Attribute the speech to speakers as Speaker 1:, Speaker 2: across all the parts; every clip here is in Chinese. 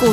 Speaker 1: 股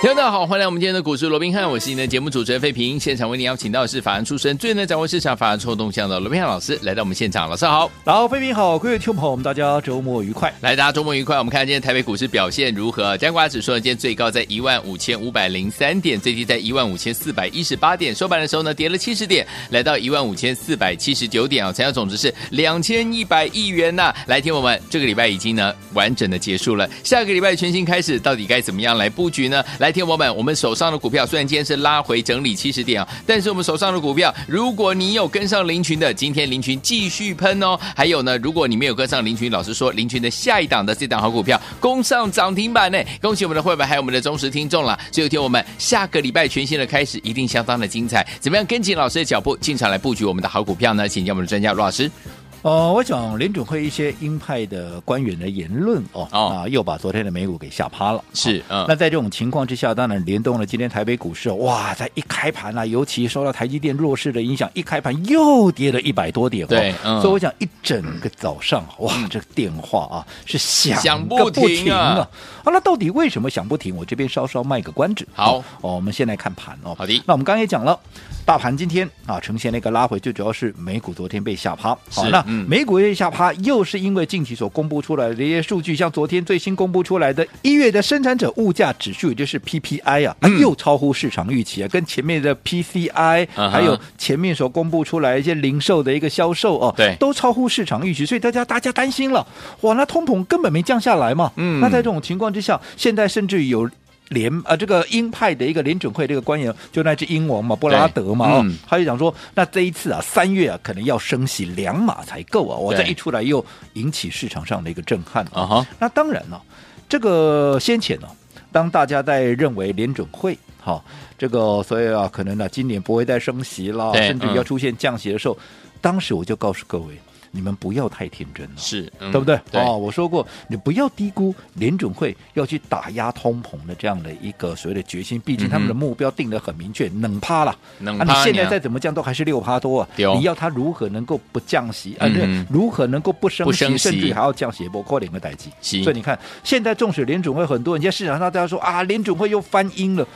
Speaker 2: 听众大家好，欢迎来我们今天的股市罗宾汉，我是你的节目主持人费平。现场为您邀请到的是法案出身、最能掌握市场法案臭动向的罗宾汉老师，来到我们现场。老师好，
Speaker 3: 然后，飞平好，各位听众朋友们，大家周末愉快。
Speaker 2: 来，大家周末愉快。我们看今天台北股市表现如何？加权指数呢，今天最高在15,503点，最低在15,418点，收盘的时候呢，跌了70点，来到15,479点啊、成交总值是2,100亿元呐、来，听我们这个礼拜已经呢完整的结束了，下个礼拜全新开始，到底该怎么样来布局呢？来，听我们，我们手上的股票虽然今天是拉回整理70点啊、但是我们手上的股票，如果你有跟上林群的，今天林群继续喷哦。还有呢，如果你没有跟上林群，老师说林群的下一档的这档好股票攻上涨停板呢，恭喜我们的会员还有我们的忠实听众了。所以，听我们下个礼拜全新的开始，一定相当的精彩。怎么样跟紧老师的脚步进场来布局我们的好股票呢？请教我们的专家罗老师。
Speaker 3: 呃，我想联准会一些鹰派的官员的言论哦，
Speaker 2: 哦
Speaker 3: 啊，又把昨天的美股给吓趴了。
Speaker 2: 是嗯
Speaker 3: 啊那在这种情况之下，当然联动了今天台北股市哦，哇，在一开盘啊，尤其受到台积电弱势的影响，一开盘又跌了一百多点、哦。
Speaker 2: 对嗯
Speaker 3: 所以我想一整个早上，啊哇，这个电话啊是响
Speaker 2: 响
Speaker 3: 个
Speaker 2: 不停啊
Speaker 3: 不啊。啊，那到底为什么响不停？我这边稍稍卖个关子。
Speaker 2: 好
Speaker 3: 哦，哦我们先来看盘哦。
Speaker 2: 好的
Speaker 3: 那我们刚刚也讲了，大盘今天啊呈现了一个拉回，最主要是美股昨天被吓趴。好，
Speaker 2: 是
Speaker 3: 那
Speaker 2: 嗯
Speaker 3: 美股被吓趴，又是因为近期所公布出来的一些数据，像昨天最新公布出来的一月的生产者物价指数，也就是 PPI 啊，它
Speaker 2: 嗯
Speaker 3: 又超乎市场预期啊，跟前面的 PCI
Speaker 2: 嗯哼
Speaker 3: 还有前面所公布出来一些零售的一个销售哦，
Speaker 2: 对
Speaker 3: 都超乎市场预期，所以大家大家担心了，哇，那通膨根本没降下来嘛，
Speaker 2: 嗯
Speaker 3: 那在这种情况之下，现在甚至有。联啊，这个鹰派的一个联准会这个官员，就那只鹰王嘛，布拉德嘛，
Speaker 2: 对
Speaker 3: 哦
Speaker 2: 嗯
Speaker 3: 他就讲说，那这一次啊，三月啊，可能要升息两码才够啊，我
Speaker 2: 对
Speaker 3: 再一出来又引起市场上的一个震撼啊。
Speaker 2: 啊哈，
Speaker 3: 那当然了、这个先前呢、当大家在认为联准会好、这个所以啊，可能呢、今年不会再升息了，
Speaker 2: 对
Speaker 3: 甚至
Speaker 2: 嗯
Speaker 3: 要出现降息的时候，当时我就告诉各位，你们不要太天真了。啊
Speaker 2: 是，嗯
Speaker 3: 对不对？
Speaker 2: 对，
Speaker 3: 哦，我说过，你不要低估联准会要去打压通膨的这样的一个所谓的决心，毕竟他们的
Speaker 2: 嗯
Speaker 3: 目标定得很明确，能趴了。
Speaker 2: 能
Speaker 3: 啊，你
Speaker 2: 趴
Speaker 3: 现
Speaker 2: 你
Speaker 3: 在
Speaker 2: 啊
Speaker 3: 再怎么降都还是六趴多啊！
Speaker 2: 对哦
Speaker 3: 你要它如何能够不降息啊？
Speaker 2: 嗯
Speaker 3: 对
Speaker 2: 嗯
Speaker 3: 如何能够不升
Speaker 2: 不
Speaker 3: 息，
Speaker 2: 升息
Speaker 3: 甚至于还要降息？包括两个代际。
Speaker 2: 是
Speaker 3: 所以你看，现在纵使联准会很多人在市场上大家说啊，联准会又翻阴了，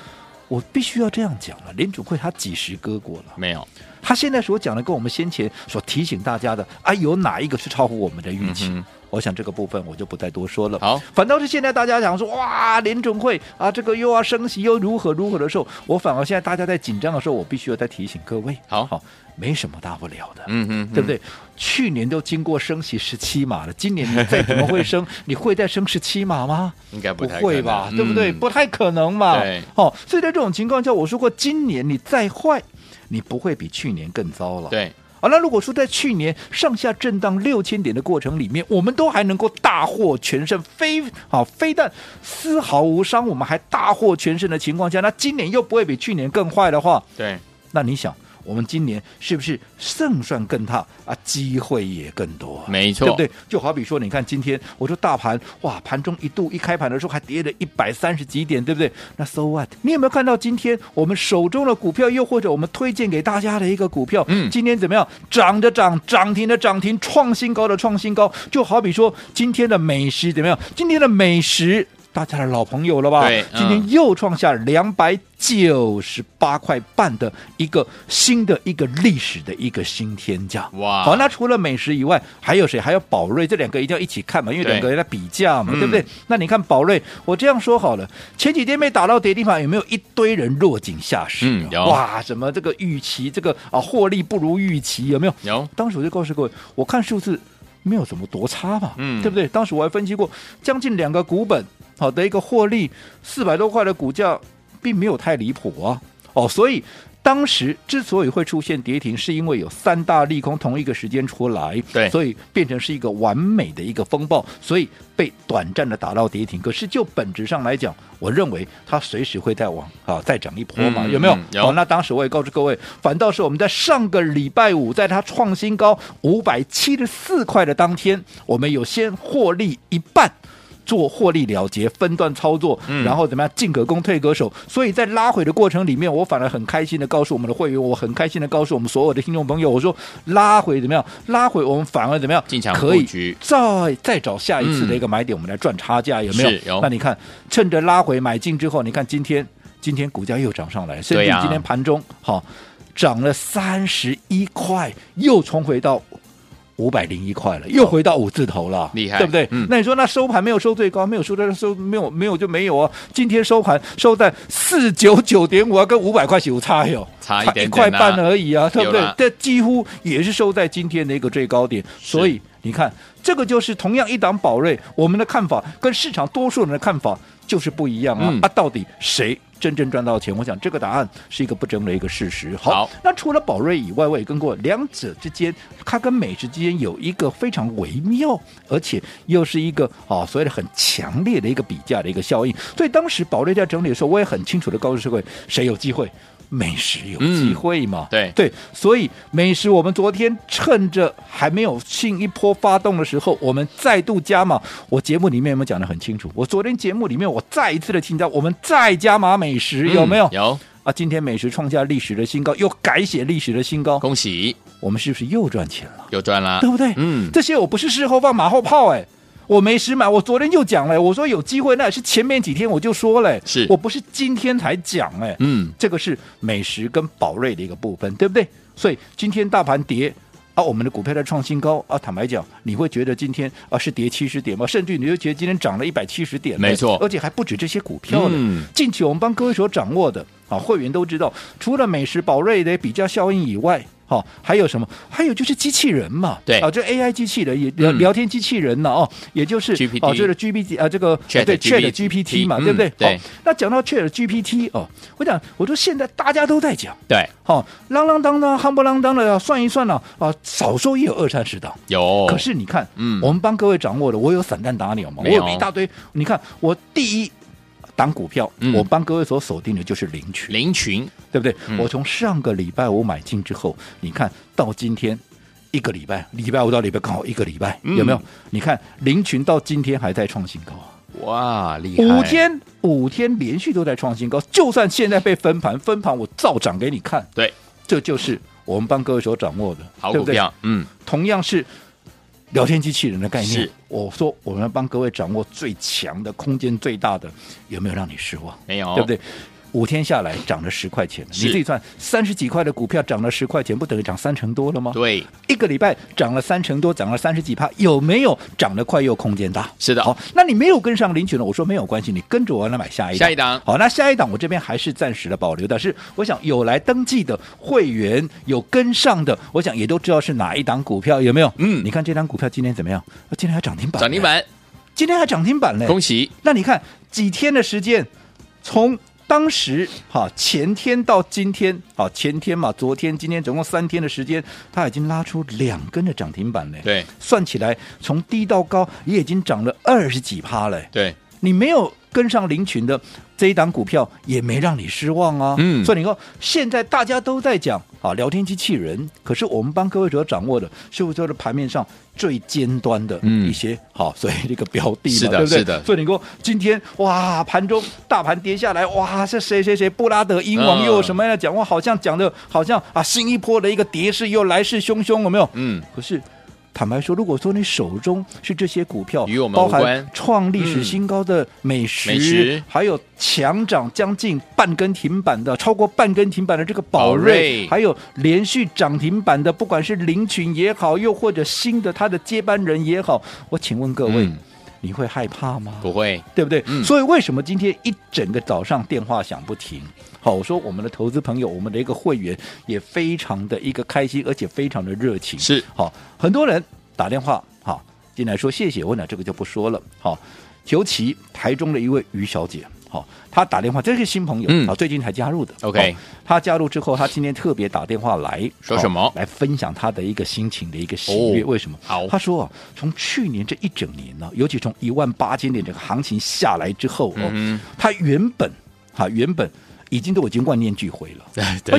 Speaker 3: 我必须要这样讲了，联准会它几十割过了。
Speaker 2: 没有，
Speaker 3: 他现在所讲的，跟我们先前所提醒大家的，啊，有哪一个是超乎我们的预期？
Speaker 2: 嗯哼
Speaker 3: 我想这个部分我就不再多说了。
Speaker 2: 好，
Speaker 3: 反倒是现在大家讲说，哇，联准会啊，这个又要升息，又如何如何的时候，我反而现在大家在紧张的时候，我必须要再提醒各位，
Speaker 2: 好
Speaker 3: 好，没什么大不了的，
Speaker 2: 嗯哼，
Speaker 3: 对不对？去年都经过升息十七码了，今年你再怎么 会升？你会再升十七码吗？
Speaker 2: 应该不
Speaker 3: 不
Speaker 2: 太
Speaker 3: 会
Speaker 2: 可能
Speaker 3: 吧？
Speaker 2: 嗯
Speaker 3: 对不对？不太可能嘛。
Speaker 2: 对
Speaker 3: 哦，所以在这种情况下，我说过，今年你再坏，你不会比去年更糟了。。
Speaker 2: 对，
Speaker 3: 啊，那如果说在去年上下震荡六千点的过程里面，我们都还能够大获全胜，非啊非但丝毫无伤，我们还大获全胜的情况下，那今年又不会比去年更坏的话，
Speaker 2: 对，
Speaker 3: 那你想，我们今年是不是胜算更大啊？机会也更多啊、
Speaker 2: 没错
Speaker 3: 对不对？就好比说，你看今天，我说大盘哇，盘中一度一开盘的时候还跌了一百三十几点，对不对？那 so what？你有没有看到今天我们手中的股票，又或者我们推荐给大家的一个股票，
Speaker 2: 嗯
Speaker 3: 今天怎么样？涨的涨，涨停的涨停，创新高的创新高。就好比说今天的美食怎么样？今天的美食。大家的老朋友了吧？
Speaker 2: 对
Speaker 3: 今天
Speaker 2: 嗯
Speaker 3: 又创下两百九十八块半的一个新的一个历史的一个新天价。
Speaker 2: 哇
Speaker 3: 好，那除了美食以外，还有谁？还有宝瑞，这两个一定要一起看嘛，因为
Speaker 2: 对
Speaker 3: 两个人在比价嘛，
Speaker 2: 嗯
Speaker 3: 对不对？那你看宝瑞，我这样说好了，前几天被打到跌地板，有没有一堆人落井下石啊？
Speaker 2: 嗯有
Speaker 3: 哇，什么这个预期，这个啊获利不如预期，有没有？
Speaker 2: 有，
Speaker 3: 当时我就告诉各位，我看数字没有什么多差嘛，
Speaker 2: 嗯
Speaker 3: 对不对？当时我还分析过，将近两个股本好的一个获利，四百多块的股价，并没有太离谱啊。哦，所以当时之所以会出现跌停，是因为有三大利空同一个时间出来，
Speaker 2: 对
Speaker 3: 所以变成是一个完美的一个风暴，所以被短暂的打到跌停。可是就本质上来讲，我认为它随时会再往啊再涨一波嘛，
Speaker 2: 嗯
Speaker 3: 有没有？
Speaker 2: 嗯有
Speaker 3: 好那当时我也告诉各位，反倒是我们在上个礼拜五，在它创新高五百七十四块的当天，我们有先获利一半。做获利了结、分段操作，
Speaker 2: 嗯
Speaker 3: 然后怎么样进可攻退可守，所以在拉回的过程里面，我反而很开心的告诉我们的会员，我很开心的告诉我们所有的听众朋友，我说拉回怎么样？拉回我们反而怎么样？
Speaker 2: 进场布
Speaker 3: 可以
Speaker 2: 局嗯
Speaker 3: 再再找下一次的一个买点，我们来赚差价，有没有
Speaker 2: 是？有
Speaker 3: 那你看，趁着拉回买进之后，你看今天今天股价又涨上来，甚
Speaker 2: 对
Speaker 3: 至
Speaker 2: 呀
Speaker 3: 今天盘中好、涨了三十一块，又重回到五百零一块了，又回到五字头了，
Speaker 2: 哦厉害
Speaker 3: 对不对？
Speaker 2: 嗯
Speaker 3: 那你说那收盘没有收最高，没有收在收没有没有就没有啊。今天收盘收在四九九点五啊，跟五百块有差有，
Speaker 2: 差一点点啊
Speaker 3: 块半而已啊，对不对
Speaker 2: 有啦？
Speaker 3: 这几乎也是收在今天的一个最高点，所以你看，这个就是同样一档宝瑞，我们的看法跟市场多数人的看法就是不一样啊。
Speaker 2: 嗯
Speaker 3: 啊，到底谁？真正赚到钱，我想这个答案是一个不争的一个事实。
Speaker 2: 好
Speaker 3: 那除了宝瑞以外，我也跟过两者之间，它跟美食之间有一个非常微妙，而且又是一个啊、所谓的很强烈的一个比价的一个效应。所以当时宝瑞在整理的时候，我也很清楚的告诉社会，谁有机会。美食有机会嘛？
Speaker 2: 对
Speaker 3: 对，所以美食，我们昨天趁着还没有新一波发动的时候，我们再度加码。我节目里面有没有讲得很清楚？我昨天节目里面我再一次的听到，我们再加码美食，有没有？
Speaker 2: 嗯有，
Speaker 3: 啊，今天美食创下历史的新高，又改写历史的新高，
Speaker 2: 恭喜
Speaker 3: 我们是不是又赚钱了？
Speaker 2: 又赚啦
Speaker 3: 对，不对？
Speaker 2: 嗯
Speaker 3: 这些我不是事后放马后炮、哎。我没事买，我昨天就讲了，我说有机会，那也是前面几天我就说了，哎
Speaker 2: 是
Speaker 3: 我不是今天才讲，哎，
Speaker 2: 嗯，
Speaker 3: 这个是美食跟宝瑞的一个部分，对不对？所以今天大盘跌。啊，我们的股票在创新高啊！坦白讲，你会觉得今天啊是跌七十点吗？甚至你就觉得今天涨了一百七十点呢，
Speaker 2: 没错
Speaker 3: 而且还不止这些股票呢。
Speaker 2: 嗯
Speaker 3: 近期我们帮各位所掌握的啊，会员都知道，除了美食宝瑞的比较效应以外，好、还有什么？还有就是机器人嘛，
Speaker 2: 对
Speaker 3: 啊，就 AI 机器人也聊、
Speaker 2: 嗯
Speaker 3: 聊天机器人呢、哦，也就是
Speaker 2: GPT
Speaker 3: 哦，这个 GPT 啊，这个
Speaker 2: Chat
Speaker 3: 对 Chat
Speaker 2: GPT
Speaker 3: GPT 嘛，
Speaker 2: 嗯
Speaker 3: 对不对？
Speaker 2: 对
Speaker 3: 好那讲到 Chat GPT 哦，我讲，我说现在大家都在讲，
Speaker 2: 对，
Speaker 3: 好、啷啷当当、夯不啷当的，算一算了啊，少说也有二三十档。
Speaker 2: 有，
Speaker 3: 可是你看，
Speaker 2: 嗯
Speaker 3: 我们帮各位掌握的，我有散弹打鸟嘛，我
Speaker 2: 没有
Speaker 3: 有一大堆。你看，我第一档股票，
Speaker 2: 嗯
Speaker 3: 我帮各位所锁定的就是领取。
Speaker 2: 林群
Speaker 3: 对不对？
Speaker 2: 嗯
Speaker 3: 我从上个礼拜五买进之后，你看到今天一个礼拜，礼拜五到礼拜刚好一个礼拜，
Speaker 2: 嗯
Speaker 3: 有没有？你看林群到今天还在创新高啊，
Speaker 2: 哇，厉害，
Speaker 3: 五，天五天连续都在创新高，就算现在被分盘，分盘我照涨给你看，
Speaker 2: 对，
Speaker 3: 这就是我们帮各位所掌握的
Speaker 2: 好
Speaker 3: 对
Speaker 2: 股
Speaker 3: 不对
Speaker 2: 票，嗯，
Speaker 3: 同样是聊天机器人的概念
Speaker 2: 是。
Speaker 3: 我说我们要帮各位掌握最强的空间最大的，有没有让你失望？
Speaker 2: 没有，
Speaker 3: 对不对？五天下来涨了十块钱，你
Speaker 2: 哦是
Speaker 3: 自己算三十几块的股票涨了十块钱，不等于涨三成多了吗？
Speaker 2: 对？
Speaker 3: 一个礼拜涨了三成多，涨了三十几趴，有没有涨得快又空间大？
Speaker 2: 是的
Speaker 3: 好，那你没有跟上领取呢？我说没有关系，你跟着我来买下一档。
Speaker 2: 下一档
Speaker 3: 好，那下一档我这边还是暂时的保留，但是我想有来登记的会员有跟上的，我想也都知道是哪一档股票，有没有？
Speaker 2: 嗯
Speaker 3: 你看这档股票今天怎么样？啊今天还涨停板，
Speaker 2: 涨停，板，
Speaker 3: 今天还涨停板嘞，
Speaker 2: 恭喜，
Speaker 3: 那你看几天的时间，从当时哈、前天到今天，好、前天嘛，昨天、今天总共三天的时间，它已经拉出两根的涨停板嘞。
Speaker 2: 对
Speaker 3: 算起来从低到高也已经涨了二十几趴嘞。
Speaker 2: 对，
Speaker 3: 你没有跟上林群的这一档股票，也没让你失望啊。
Speaker 2: 嗯
Speaker 3: 所以你说现在大家都在讲啊，聊天机器人，可是我们帮各位所掌握的，是不是就是盘面上最尖端的
Speaker 2: 嗯
Speaker 3: 一些好、所以这个标的嘛，
Speaker 2: 是的
Speaker 3: 对不对？
Speaker 2: 是的
Speaker 3: 所以你说今天哇，盘中大盘跌下来，哇，这谁谁谁布拉德英王
Speaker 2: 嗯
Speaker 3: 又有什么样的讲话？好像讲的，好像啊，新一波的一个跌势又来势汹汹，有没有？
Speaker 2: 嗯，
Speaker 3: 可是坦白说，如果说你手中是这些股票，
Speaker 2: 与我们
Speaker 3: 包
Speaker 2: 无
Speaker 3: 含
Speaker 2: 关
Speaker 3: 创历史新高的美食，
Speaker 2: 美食
Speaker 3: 还有强涨将近半根停板的、超过半根停板的这个宝
Speaker 2: 宝
Speaker 3: 瑞，
Speaker 2: 瑞
Speaker 3: 还有连续涨停板的，不管是林群也好，又或者新的它的接班人也好，我请问各位，
Speaker 2: 嗯
Speaker 3: 你会害怕吗？
Speaker 2: 不会，
Speaker 3: 对不对？
Speaker 2: 嗯
Speaker 3: 所以为什么今天一整个早上电话响不停？好，我说我们的投资朋友，我们的一个会员也非常的一个开心，而且非常的热情。
Speaker 2: 是
Speaker 3: 好，很多人打电话好进来说谢谢，我讲这个就不说了。好，尤其台中的一位于小姐，好、他打电话，这是新朋友，
Speaker 2: 嗯
Speaker 3: 啊，最近才加入的。
Speaker 2: OK
Speaker 3: 好他加入之后，他今天特别打电话来
Speaker 2: 说什么
Speaker 3: 好来分享他的一个心情的一个喜悦。
Speaker 2: 哦
Speaker 3: 为什么？
Speaker 2: 好
Speaker 3: 他说啊，从去年这一整年呢、尤其从一万八千点这个行情下来之后哦，
Speaker 2: 嗯
Speaker 3: 他原本哈、原本已经都已经万念俱灰了。我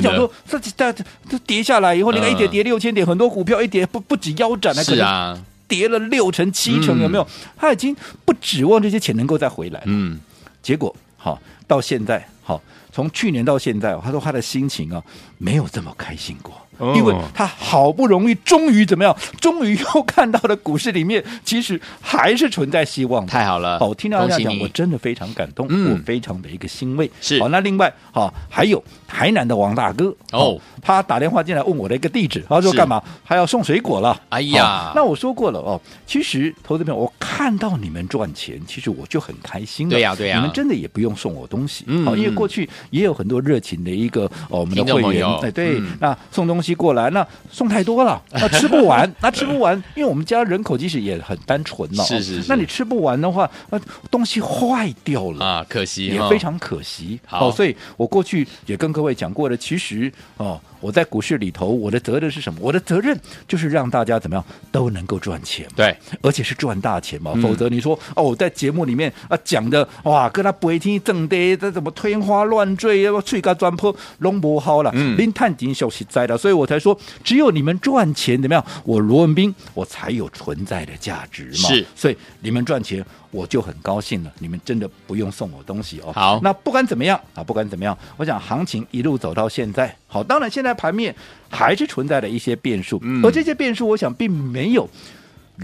Speaker 2: 真
Speaker 3: 想
Speaker 2: 的
Speaker 3: 说，这这这这跌下来以后，你看
Speaker 2: 嗯
Speaker 3: 一跌跌六千点，很多股票一跌不不止腰斩了，可
Speaker 2: 是
Speaker 3: 能
Speaker 2: 啊，
Speaker 3: 跌了六成七成，
Speaker 2: 嗯
Speaker 3: 有没有？他已经不指望这些钱能够再回来了。
Speaker 2: 嗯，
Speaker 3: 结果好、到现在好、从去年到现在、哦，他说他的心情啊、没有这么开心过。
Speaker 2: 哦
Speaker 3: 因为他好不容易，终于怎么样？终于又看到了股市里面，其实还是存在希望的。
Speaker 2: 太好了，
Speaker 3: 好，听到他
Speaker 2: 恭
Speaker 3: 这样
Speaker 2: 喜
Speaker 3: 讲，我
Speaker 2: 你，
Speaker 3: 真的非常感动，
Speaker 2: 嗯
Speaker 3: 我非常的一个欣慰。
Speaker 2: 是
Speaker 3: 好，那另外好、还有台南的王大哥
Speaker 2: 哦
Speaker 3: 他打电话进来问我的一个地址，他说
Speaker 2: 是
Speaker 3: 干嘛？他要送水果了。
Speaker 2: 哎呀
Speaker 3: 好那我说过了哦，其实投资朋友，我看到你们赚钱，其实我就很开心了。
Speaker 2: 对呀对呀
Speaker 3: 你们真的也不用送我东西，
Speaker 2: 嗯
Speaker 3: 好，因为过去也有很多热情的一个哦，我们的
Speaker 2: 听众
Speaker 3: 会
Speaker 2: 朋
Speaker 3: 员
Speaker 2: 友，
Speaker 3: 哎，对，
Speaker 2: 嗯
Speaker 3: 那送东西过来，那送太多了，那吃 不完，那吃不完，因为我们家人口其实也很单纯了，
Speaker 2: 是是是
Speaker 3: 那你吃不完的话，那东西坏掉了。
Speaker 2: 啊，可惜
Speaker 3: 也
Speaker 2: 哈
Speaker 3: 非常可惜，哦
Speaker 2: 好
Speaker 3: 所以我过去也跟各位讲过的，其实哦，我在股市里头，我的责任是什么？我的责任就是让大家怎么样都能够赚钱嘛，
Speaker 2: 对，
Speaker 3: 而且是赚大钱
Speaker 2: 嗯
Speaker 3: 嘛，否则你说哦，我在节目里面啊讲的哇，跟他不会听正的，这怎么天花乱坠，要吹个钻破拢不好了，
Speaker 2: 嗯
Speaker 3: 林探金消息在了，所以我才说，只有你们赚钱怎么样，我罗文斌我才有存在的价值嘛，
Speaker 2: 是，
Speaker 3: 所以你们赚钱我就很高兴了，你们真的不用送我东西哦。
Speaker 2: 好
Speaker 3: 那不管怎么样啊，不管怎么样，我想行情一路走到现在，好，当然现在盘面还是存在的一些变数，
Speaker 2: 嗯
Speaker 3: 而这些变数，我想并没有。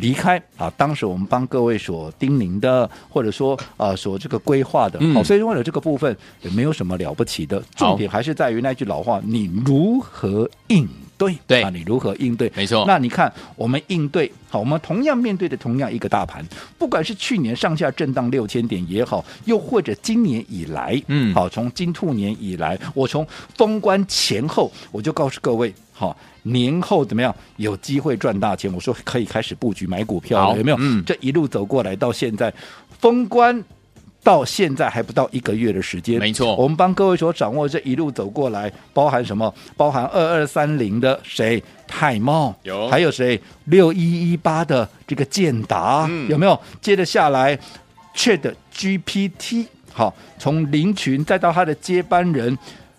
Speaker 3: 离开啊！当时我们帮各位所叮咛的，或者说啊、呃所这个规划的，好、
Speaker 2: 嗯
Speaker 3: 所以为了这个部分也没有什么了不起的，重点还是在于那句老话：你如何应对？
Speaker 2: 对
Speaker 3: 啊，你如何应对？
Speaker 2: 没错
Speaker 3: 那你看，我们应对好，我们同样面对的同样一个大盘，不管是去年上下震荡六千点也好，又或者今年以来，
Speaker 2: 嗯
Speaker 3: 好，从金兔年以来，我从封关前后我就告诉各位，好。年后怎么样？有机会赚大钱？我说可以开始布局买股票
Speaker 2: 好
Speaker 3: 了，有没有？
Speaker 2: 嗯
Speaker 3: 这一路走过来到现在，封关到现在还不到一个月的时间，
Speaker 2: 没错
Speaker 3: 我们帮各位所掌握这一路走过来，包含什么？包含二二三零的谁？泰茂
Speaker 2: 有
Speaker 3: 还有谁？六一一八的这个建达、
Speaker 2: 嗯
Speaker 3: 有没有？接着下来，Chat GPT 好，从林群再到他的接班人。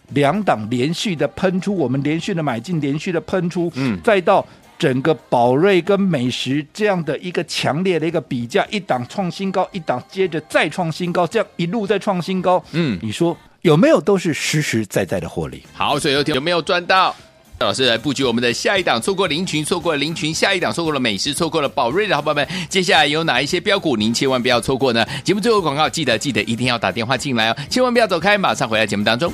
Speaker 3: 两档连续的喷出，我们连续的买进，连续的喷出，
Speaker 2: 嗯
Speaker 3: 再到整个宝瑞跟美食这样的一个强烈的一个比价，一档创新高，一档接着再创新高，这样一路在创新高，
Speaker 2: 嗯
Speaker 3: 你说有没有都是实实在在的获利？
Speaker 2: 好，所以有听有没有赚到？老师来布局我们的下一档，错过林群，错过了林群，下一档错过了美食，错过了宝瑞的好朋友们，接下来有哪一些标股您千万不要错过呢？节目最后广告，记得记得一定要打电话进来哦，千万不要走开，马上回来节目当中。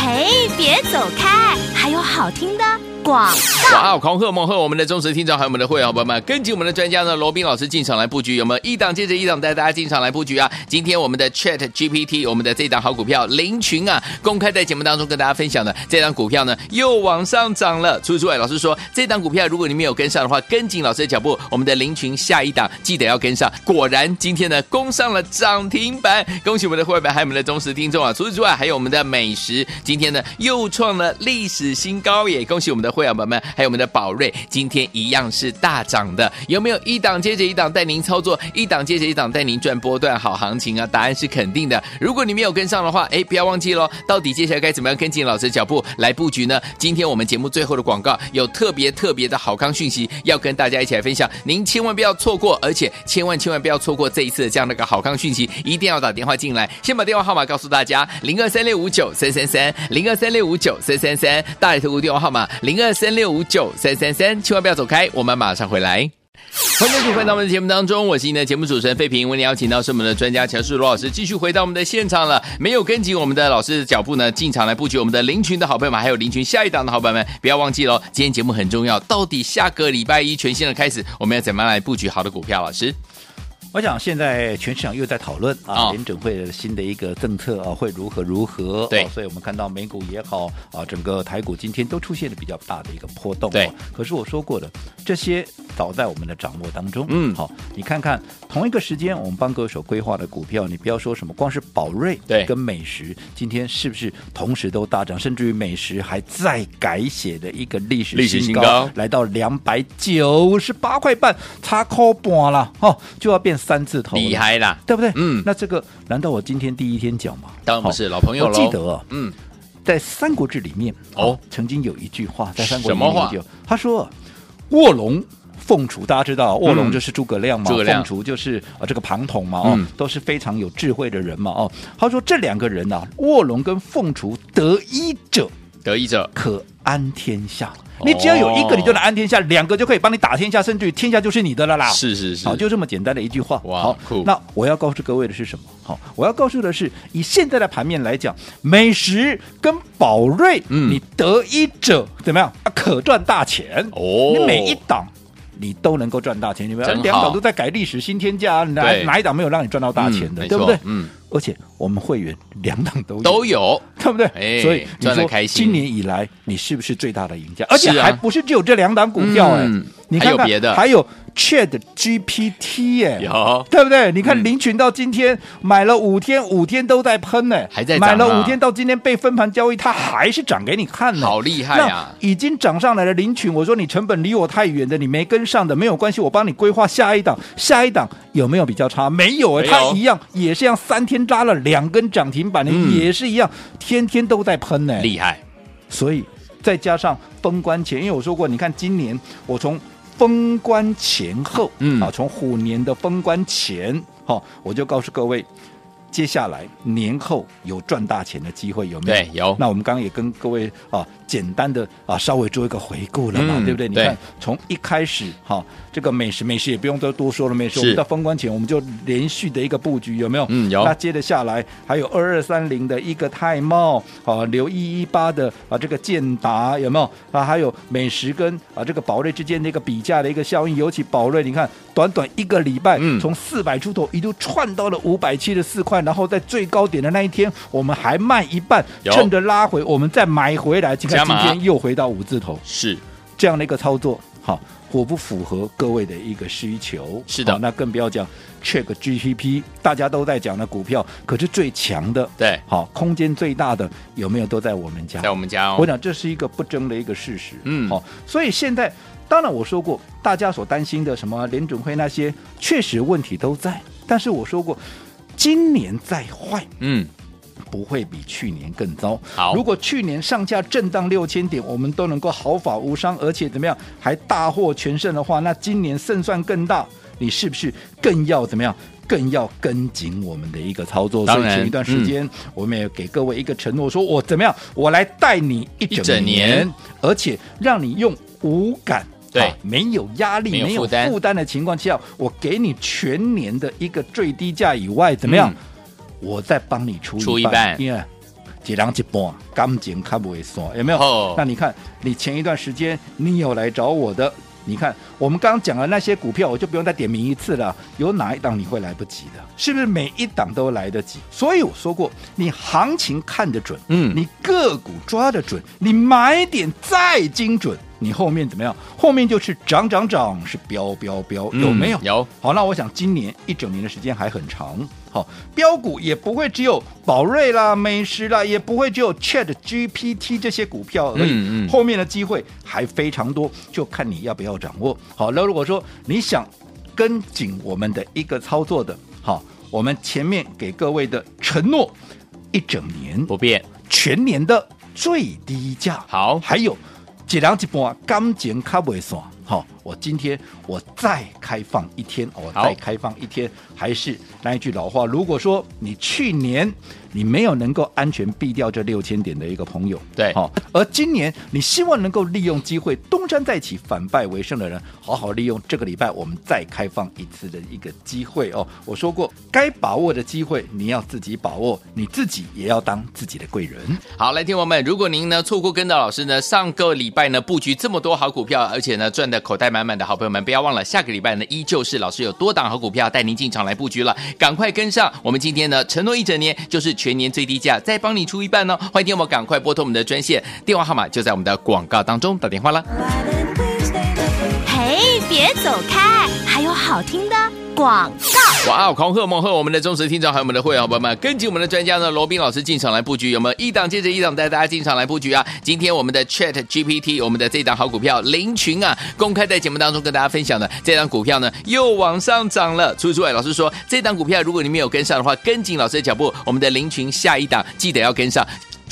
Speaker 1: 嘿，别走开，还有好听的广。
Speaker 2: 哇哦，狂贺猛贺我们的忠实听众还有我们的会员好朋友们，跟紧我们的专家呢罗宾老师进场来布局，有没有一档接着一档带大家进场来布局啊？今天我们的 Chat GPT，我们的这档好股票林群啊，公开在节目当中跟大家分享的这档股票呢又往上涨了。除此之外，老师说这档股票如果你没有跟上的话，跟紧老师的脚步，我们的林群下一档记得要跟上。果然今天呢攻上了涨停板，恭喜我们的会员们还有我们的忠实听众啊！除此之外，还有我们的美食，今天呢又创了历史新高，也恭喜我们的会员朋友们，还有我们的宝瑞，今天一样是大涨的。有没有一档接着一档带您操作，一档接着一档带您赚波段好行情啊？答案是肯定的。如果你没有跟上的话，哎，不要忘记喽，到底接下来该怎么样跟进老师的脚步来布局呢？今天我们节目最后的广告有特别特别的好康讯息要跟大家一起来分享，您千万不要错过，而且千万千万不要错过这一次的这样的一个好康讯息，一定要打电话进来，先把电话号码告诉大家：零二三六五九三三三，零二三六五九三三三，大里头电话号码零二三六五九三三三，千万不要走开，我们马上回来。欢迎继续回到我们的节目当中，我是您的节目主持人费平。为您邀请到是我们的专家乔世罗老师，继续回到我们的现场了。没有跟紧我们的老师的脚步呢，进场来布局我们的林群的好朋友们，还有林群下一档的好朋友们，不要忘记喽。今天节目很重要，到底下个礼拜一全新的开始，我们要怎么样来布局好的股票？老师，
Speaker 3: 我想现在全市场又在讨论
Speaker 2: 哦
Speaker 3: 啊，联准会的新的一个政策啊，会如何如何？
Speaker 2: 对
Speaker 3: 哦所以我们看到美股也好啊，整个台股今天都出现了比较大的一个波动。
Speaker 2: 对
Speaker 3: 哦，可是我说过的，这些早在我们的掌握当中。
Speaker 2: 嗯
Speaker 3: 好，你看看同一个时间，我们帮各位所规划的股票，你不要说什么，光是宝瑞
Speaker 2: 对
Speaker 3: 跟美食今天是不是同时都大涨，甚至于美食还再改写的一个历史
Speaker 2: 历史
Speaker 3: 新
Speaker 2: 新高
Speaker 3: 来到两百九十八块半，差扣半了哦，就要变三字头了
Speaker 2: 厉，害啦，
Speaker 3: 对不对？
Speaker 2: 嗯
Speaker 3: 那这个难道我今天第一天讲吗？
Speaker 2: 当然不是老朋友
Speaker 3: 我
Speaker 2: 喽。
Speaker 3: 记得哦
Speaker 2: 嗯，
Speaker 3: 在《三国志》里面
Speaker 2: 哦
Speaker 3: 啊曾经有一句话，在《三国
Speaker 2: 什
Speaker 3: 志》
Speaker 2: 么
Speaker 3: 里面
Speaker 2: 话
Speaker 3: 有一句话他说卧龙。凤雏，大家知道卧龙就是诸葛亮嘛，
Speaker 2: 嗯诸葛亮
Speaker 3: 凤雏就是啊这个庞统嘛，哦，
Speaker 2: 嗯
Speaker 3: 都是非常有智慧的人嘛，哦，他说这两个人呐、啊卧龙跟凤雏得一者
Speaker 2: 得意者
Speaker 3: 可安天下，
Speaker 2: 哦
Speaker 3: 你只要有一个你就能安天下，两个就可以帮你打天下，甚至于天下就是你的了啦。
Speaker 2: 是是是，
Speaker 3: 好，就这么简单的一句话。
Speaker 2: 哇
Speaker 3: 好
Speaker 2: 酷，
Speaker 3: 那我要告诉各位的是什么？好，我要告诉的是，以现在的盘面来讲，美食跟宝瑞，
Speaker 2: 嗯
Speaker 3: 你得一者怎么样？啊可赚大钱
Speaker 2: 哦
Speaker 3: 你每一档。你都能够赚大钱，你们
Speaker 2: 真好
Speaker 3: 两档都在改历史新天价啊，哪
Speaker 2: 对
Speaker 3: 哪一档没有让你赚到大钱的，
Speaker 2: 嗯没
Speaker 3: 对不
Speaker 2: 错
Speaker 3: 对？
Speaker 2: 嗯，
Speaker 3: 而且我们会员两档都有
Speaker 2: 都有，
Speaker 3: 对不对？
Speaker 2: 哎
Speaker 3: 所以你
Speaker 2: 赚得
Speaker 3: 说
Speaker 2: 开心
Speaker 3: 今年以来你是不是最大的赢家？而且
Speaker 2: 是啊
Speaker 3: 还不是只有这两档股票哎、
Speaker 2: 嗯
Speaker 3: 你看看
Speaker 2: 还有别的
Speaker 3: 还有 Chat GPT 哎、
Speaker 2: 有
Speaker 3: 对不对？
Speaker 2: 嗯
Speaker 3: 你看林群到今天买了五天，五天都在喷呢、哎
Speaker 2: 还在涨啊
Speaker 3: 买了五天到今天被分盘交易，它还是涨给你看呢、
Speaker 2: 好厉害啊！
Speaker 3: 那已经涨上来了，林群，我说你成本离我太远的，你没跟上的没有关系，我帮你规划下一档，下一档有没有比较差？没有啊，
Speaker 2: 没有
Speaker 3: 它一样也是一样，三天拉了两根涨停板的，
Speaker 2: 嗯
Speaker 3: 也是一样，天天都在喷呢、
Speaker 2: 厉害，
Speaker 3: 所以再加上封关前，因为我说过，你看今年我从封关前后，
Speaker 2: 嗯
Speaker 3: 啊，从虎年的封关前，好、我就告诉各位，接下来年后有赚大钱的机会有没有？
Speaker 2: 对，有，
Speaker 3: 那我们刚刚也跟各位啊简单的啊稍微做一个回顾了嘛，
Speaker 2: 嗯
Speaker 3: 对不对？你
Speaker 2: 对
Speaker 3: 看从一开始哈、这个美食美食也不用多多说了，美食
Speaker 2: 是
Speaker 3: 我们在封关前我们就连续的一个布局有没有？
Speaker 2: 嗯有
Speaker 3: 那接着下来还有二二三零的一个泰茂啊，刘一一八的啊这个建达有没有？啊，还有美食跟啊这个宝瑞之间的一个比价的一个效应，尤其宝瑞，你看短短一个礼拜，
Speaker 2: 嗯
Speaker 3: 从四百出头一度窜到了五百七十四块，然后在最高点的那一天，我们还卖一半，
Speaker 2: 有
Speaker 3: 趁着拉回，我们再买回来。你
Speaker 2: 加
Speaker 3: 看今
Speaker 2: 码
Speaker 3: 天又回到五字头，
Speaker 2: 是
Speaker 3: 这样的一个操作，好，符不符合各位的一个需求？
Speaker 2: 是的
Speaker 3: 好那更不要讲 Check GPP，大家都在讲的股票，可是最强的，
Speaker 2: 对
Speaker 3: 好，空间最大的有没有都在我们家？
Speaker 2: 在我们家哦
Speaker 3: 我，讲这是一个不争的一个事实。
Speaker 2: 嗯
Speaker 3: 好、所以现在当然我说过，大家所担心的什么联准会那些，确实问题都在。但是我说过，今年再坏
Speaker 2: 嗯，
Speaker 3: 不会比去年更糟。
Speaker 2: 好
Speaker 3: 如果去年上下震荡六千点，我们都能够毫发无伤，而且怎么样还大获全胜的话，那今年胜算更大。你是不是更要怎么样？更要跟紧我们的一个操作。
Speaker 2: 当
Speaker 3: 所以
Speaker 2: 然嗯
Speaker 3: 前一段时间、我们也给各位一个承诺，说我怎么样，我来带你一整
Speaker 2: 一整年
Speaker 3: 而且让你用无感。
Speaker 2: 对
Speaker 3: 啊没有压力、
Speaker 2: 没有负担
Speaker 3: 负担的情况下，我给你全年的一个最低价以外，怎么样？
Speaker 2: 嗯
Speaker 3: 我再帮你出
Speaker 2: 出一
Speaker 3: 一
Speaker 2: 半
Speaker 3: 半，因为一人一半，感情较不会散，有没有？
Speaker 2: 哦
Speaker 3: 那你看，你前一段时间你有来找我的，你看我们刚刚讲的那些股票，我就不用再点名一次了。有哪一档你会来不及的？是不是每一档都来得及？所以我说过，你行情看得准，
Speaker 2: 嗯
Speaker 3: 你个股抓得准，你买点再精准，你后面怎么样？后面就是涨涨涨，是飙飙飙，有没有？
Speaker 2: 嗯有，
Speaker 3: 好，那我想今年一整年的时间还很长。好，标股也不会只有宝瑞啦、美食啦，也不会只有 Chat GPT 这些股票而已。
Speaker 2: 嗯嗯
Speaker 3: 后面的机会还非常多，就看你要不要掌握。好，那如果说你想跟紧我们的一个操作的，好，我们前面给各位的承诺，一整年
Speaker 2: 不变，
Speaker 3: 全年的最低价。
Speaker 2: 好
Speaker 3: 还有一人一半，感情卡袂散。好、我今天我再开放一天，我哦
Speaker 2: 好
Speaker 3: 再开放一天，还是那一句老话，如果说你去年你没有能够安全避掉这六千点的一个朋友，
Speaker 2: 对
Speaker 3: 好、而今年你希望能够利用机会东山再起、反败为胜的人，好好利用这个礼拜我们再开放一次的一个机会哦。我说过，该把握的机会你要自己把握，你自己也要当自己的贵人。
Speaker 2: 好，来，听众朋友们，如果您呢错过跟到老师呢上个礼拜呢布局这么多好股票，而且呢赚的口袋满满的好朋友们，不要忘了下个礼拜呢依旧是老师有多档好股票带您进场来布局了，赶快跟上。我们今天呢承诺一整年就是全年最低价，再帮你出一半哦。欢迎听我们赶快拨通我们的专线，电话号码就在我们的广告当中，打电话啦。
Speaker 1: 嘿，别走开，还有好听的广告。
Speaker 2: 哇哦，狂贺猛贺！我们的忠实听众还有我们的会员伙伴们，根据我们的专家呢罗宾老师进场来布局，有没有一档接着一档带大家进场来布局啊？今天我们的 Chat GPT，我们的这档好股票林群啊，公开在节目当中跟大家分享的这档股票呢又往上涨了。除此之外，老师说这档股票如果你没有跟上的话，跟紧老师的脚步，我们的林群下一档记得要跟上。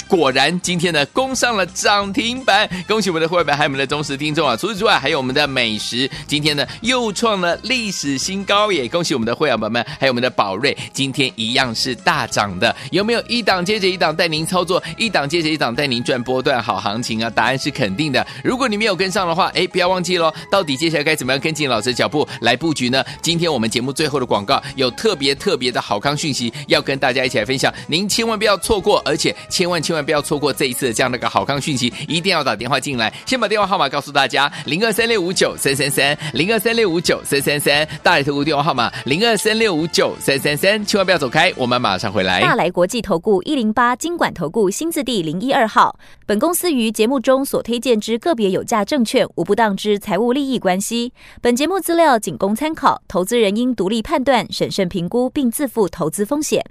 Speaker 2: 果然，今天呢攻上了涨停板，恭喜我们的会员，还有我们的忠实听众啊！除此之外，还有我们的美食，今天呢又创了历史新高，也恭喜我们的会员朋友们，还有我们的宝瑞，今天一样是大涨的。有没有一档接着一档带您操作，一档接着一档带您赚波段好行情啊？答案是肯定的。如果你没有跟上的话，哎，不要忘记喽，到底接下来该怎么样跟进老师的脚步来布局呢？今天我们节目最后的广告有特别特别的好康讯息要跟大家一起来分享，您千万不要错过，而且千万千万不要错过这一次的这样的一个好康讯息，一定要打电话进来，先把电话号码告诉大家：零二三六五九三三三，零二三六五九三三三，大来投顾电话号码零二三六五九三三三，千万不要走开，我们马上回来。
Speaker 4: 大来国际投顾一零八金管投顾新字第零一二号。本公司于节目中所推荐之个别有价证券，无不当之财务利益关系。本节目资料仅供参考，投资人应独立判断、审慎评估，并自负投资风险。